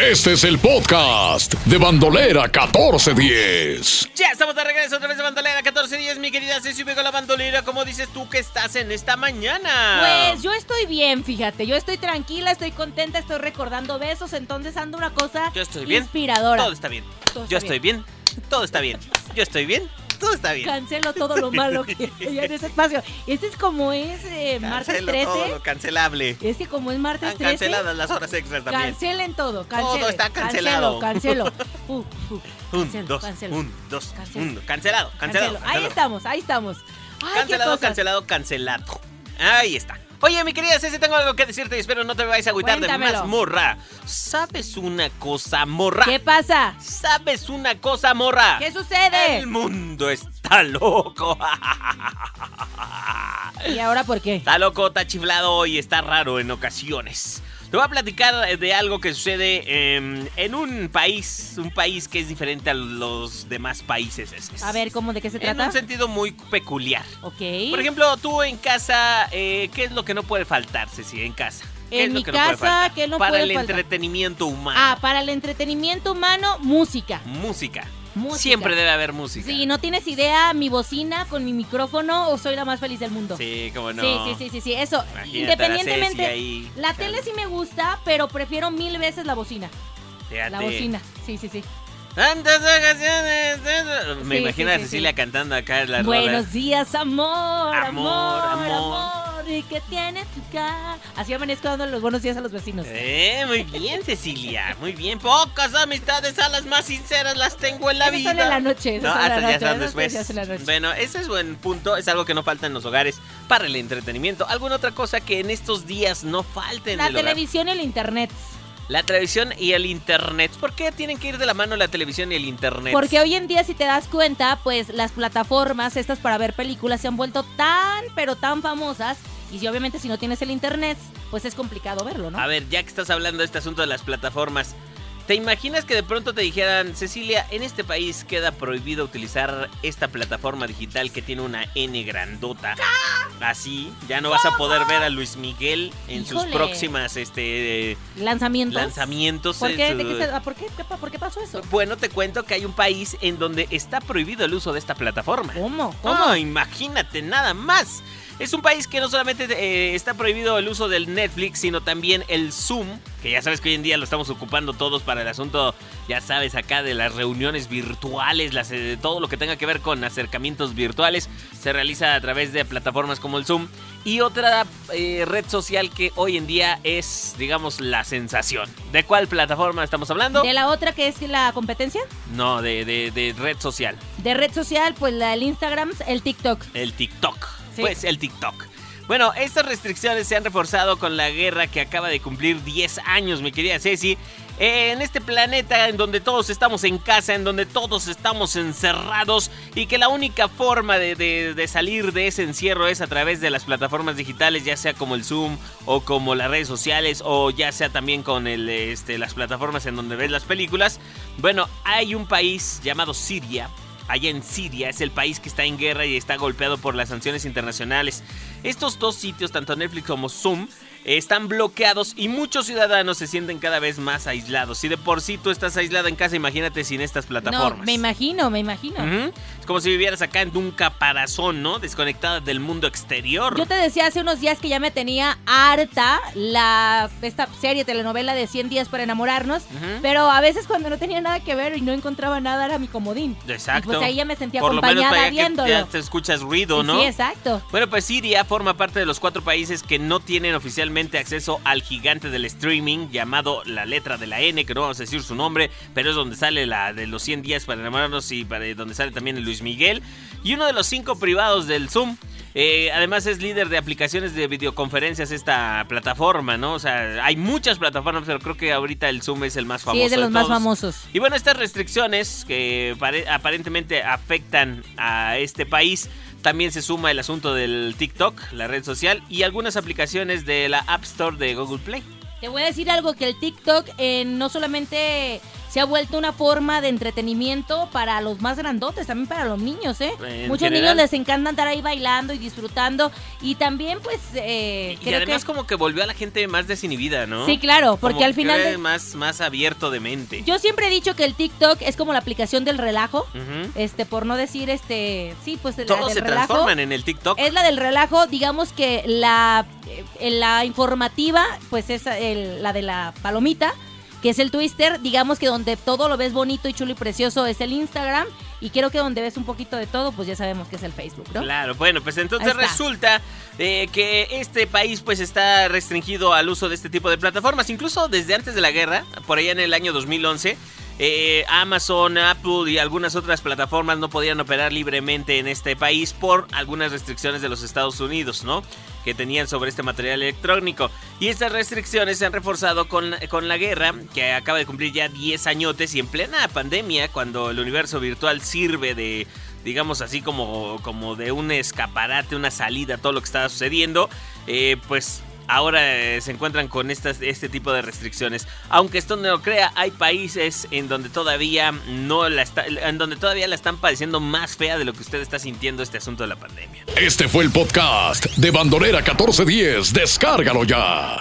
Este es el podcast de Bandolera 1410. Ya estamos de regreso otra vez de Bandolera 1410, mi querida Ceci con la Bandolera. ¿Cómo dices tú que estás en esta mañana? Pues yo estoy bien, fíjate. Yo estoy tranquila, estoy contenta, estoy recordando besos. Entonces ando una cosa Yo estoy bien. inspiradora. Todo está bien. Todo está yo estoy bien. Todo está bien. Yo estoy bien. Todo está bien. Cancelo todo lo malo que hay en ese espacio. Este es como es eh, martes Cancelo 13. todo lo cancelable. Es que como es martes Están 13. canceladas las horas extras también. Cancelen todo, cancelen. Todo está cancelado. Cancelo, cancelo. Uh, uh, Un, cancelo, dos, cancelo, un, dos, Cancelo. un. Cancelado, cancelo. cancelado. Ahí cancelado. estamos, ahí estamos. Ay, qué Cancelado, cosas. cancelado, cancelado. Ahí está. Oye, mi querida Ceci, tengo algo que decirte y espero no te vayas a agüitar de Cuéntamelo. más, morra. ¿Sabes una cosa, morra? ¿Qué pasa? ¿Sabes una cosa, morra? ¿Qué sucede? El mundo está loco. ¿Y ahora por qué? Está loco, está chiflado y está raro en ocasiones. Te voy a platicar de algo que sucede em, en un país, un país que es diferente a los demás países. A ver, ¿cómo de qué se en trata? un sentido muy peculiar. ok. Por ejemplo, tú en casa, eh, ¿qué es lo que no puede faltar, Ceci, en casa? ¿Qué En es mi lo que no puede casa, faltar? ¿qué no Para puede el faltar? entretenimiento humano. Ah, para el entretenimiento humano, música. música. Música. Siempre debe haber música. Si no tienes idea, mi bocina con mi micrófono o soy la más feliz del mundo. Sí, cómo no. sí, sí, sí, sí, sí, eso. Imagínate Independientemente, a la Ceci ahí. la tele sí me gusta, pero prefiero mil veces la bocina. Fíjate. La bocina, sí, sí, sí. Tantas ocasiones, tantas- Me Sí, imagino sí, a sí, Cecilia sí. cantando acá en la Buenos días, amor, amor, Amor, amor, amor. ¿Y qué tiene tu cara? Así amanezco dando los buenos días a los vecinos. Eh, muy bien, Cecilia. Muy bien. Pocas amistades a las más sinceras las tengo en la Eso vida. sale en la noche, eso No, sale hasta en la ya noche, están eso después. ya sale en la noche. Bueno, ese es buen punto. Es algo que no falta en los hogares para el entretenimiento. ¿Alguna otra cosa que en estos días no falte en La el hogar? televisión y el internet. La televisión y el internet. ¿Por qué tienen que ir de la mano la televisión y el internet? Porque hoy en día, si te das cuenta, pues las plataformas estas para ver películas se han vuelto tan, pero tan famosas. Y si obviamente si no tienes el internet, pues es complicado verlo, ¿no? A ver, ya que estás hablando de este asunto de las plataformas, ¿te imaginas que de pronto te dijeran, Cecilia, en este país queda prohibido utilizar esta plataforma digital que tiene una N grandota? ¡Ah! Así, ya no vas a poder ver a Luis Miguel en sus Híjole. próximas este, eh, Lanzamientos. lanzamientos. ¿Por en qué, su- ¿De qué se- ah, ¿por, qué, ¿Qué pa- por qué pasó eso? Bueno, te cuento que hay un país en donde está prohibido el uso de esta plataforma. ¿Cómo? ¿Cómo? No, imagínate, nada más. Es un país que no solamente eh, está prohibido el uso del Netflix, sino también el Zoom, que ya sabes que hoy en día lo estamos ocupando todos para el asunto, ya sabes, acá de las reuniones virtuales, las, eh, todo lo que tenga que ver con acercamientos virtuales, se realiza a través de plataformas como el Zoom. Y otra eh, red social que hoy en día es, digamos, la sensación. ¿De cuál plataforma estamos hablando? ¿De la otra que es la competencia? No, de, de- de red social, De red social, pues la, el Instagram, el TikTok. el TikTok. Sí. Pues el TikTok. Bueno, estas restricciones se han reforzado con la guerra que acaba de cumplir 10 años, mi querida Ceci. Eh, En este planeta en donde todos estamos en casa, en donde todos estamos encerrados y que la única forma de, de- de salir de ese encierro es a través de las plataformas digitales, ya sea como el Zoom o como las redes sociales o ya sea también con el, este, las plataformas en donde ves las películas. Bueno, hay un país llamado Siria. Allá en Siria es el país que está en guerra y está golpeado por las sanciones internacionales. Estos dos sitios, tanto Netflix como Zoom, eh, están bloqueados y muchos ciudadanos se sienten cada vez más aislados. Si de por sí tú estás aislada en casa, imagínate sin estas No, plataformas. me imagino, me imagino. Ujú. Es como si vivieras acá en un caparazón, ¿no? Desconectada del mundo exterior. Yo te decía hace unos días que ya me tenía harta la esta serie telenovela de 100 días para enamorarnos, Ujú. pero a veces cuando no tenía nada que ver y no encontraba nada era mi comodín. Exacto. Y pues ahí ya me sentía Por lo menos para acompañada allá que viéndolo. ya te escuchas ruido, ¿no? Sí, exacto. Bueno, pues Siria forma parte de los cuatro países que no tienen oficialmente acceso al gigante del streaming llamado la letra de la N, que no vamos a decir su nombre, pero es donde sale la de los 100 días para enamorarnos y para, donde sale también el Luis Miguel. Y uno de los cinco privados del Zoom. Eh, además es líder de aplicaciones de videoconferencias esta plataforma, ¿no? O sea, hay muchas plataformas, pero creo que ahorita el Zoom es el más famoso. Sí, es de los más todos. famosos. Y bueno, estas restricciones que pare- aparentemente afectan a este país, también se suma el asunto del TikTok, la red social, y algunas aplicaciones de la App Store de Google Play. Te voy a decir algo que el TikTok eh, no solamente se ha vuelto una forma de entretenimiento para los más grandotes, también para los niños, ¿eh? En Muchos general. niños les encanta andar ahí bailando y disfrutando. Y también, pues, eh, Y, y creo además que... como que volvió a la gente más desinhibida, ¿no? Sí, claro, porque Como al que final... ahora de- es más, más abierto de mente. Yo siempre he dicho que el TikTok es como la aplicación del relajo. Ujú. Este, por no decir, este, sí, pues la Todos del se relajo. transforman en el TikTok. Es la del relajo, digamos que la, eh, la informativa, pues es el- la de la palomita, que es el twister, digamos que donde todo lo ves bonito y chulo y precioso es el Instagram, y creo que donde ves un poquito de todo, pues ya sabemos que es el Facebook, ¿no? Claro, bueno, pues Ahí entonces está. resulta eh, que este país pues está restringido al uso de este tipo de plataformas, incluso desde antes de la guerra, por allá en el año 2011. eh, Amazon, Apple y algunas otras plataformas no podían operar libremente en este país por algunas restricciones de los Estados Unidos, ¿no? Que tenían sobre este material electrónico. Y estas restricciones se han reforzado con, con la guerra, que acaba de cumplir ya 10 añotes y en plena pandemia, cuando el universo virtual sirve de, digamos así, como, como de un escaparate, una salida a todo lo que estaba sucediendo, eh, pues ahora eh, se encuentran con estas, este tipo de restricciones. Aunque esto no lo crea, hay países en donde todavía no la está, en donde todavía la están padeciendo más fea de lo que usted está sintiendo este asunto de la pandemia. Este fue el podcast de Bandolera 1410. Descárgalo ya.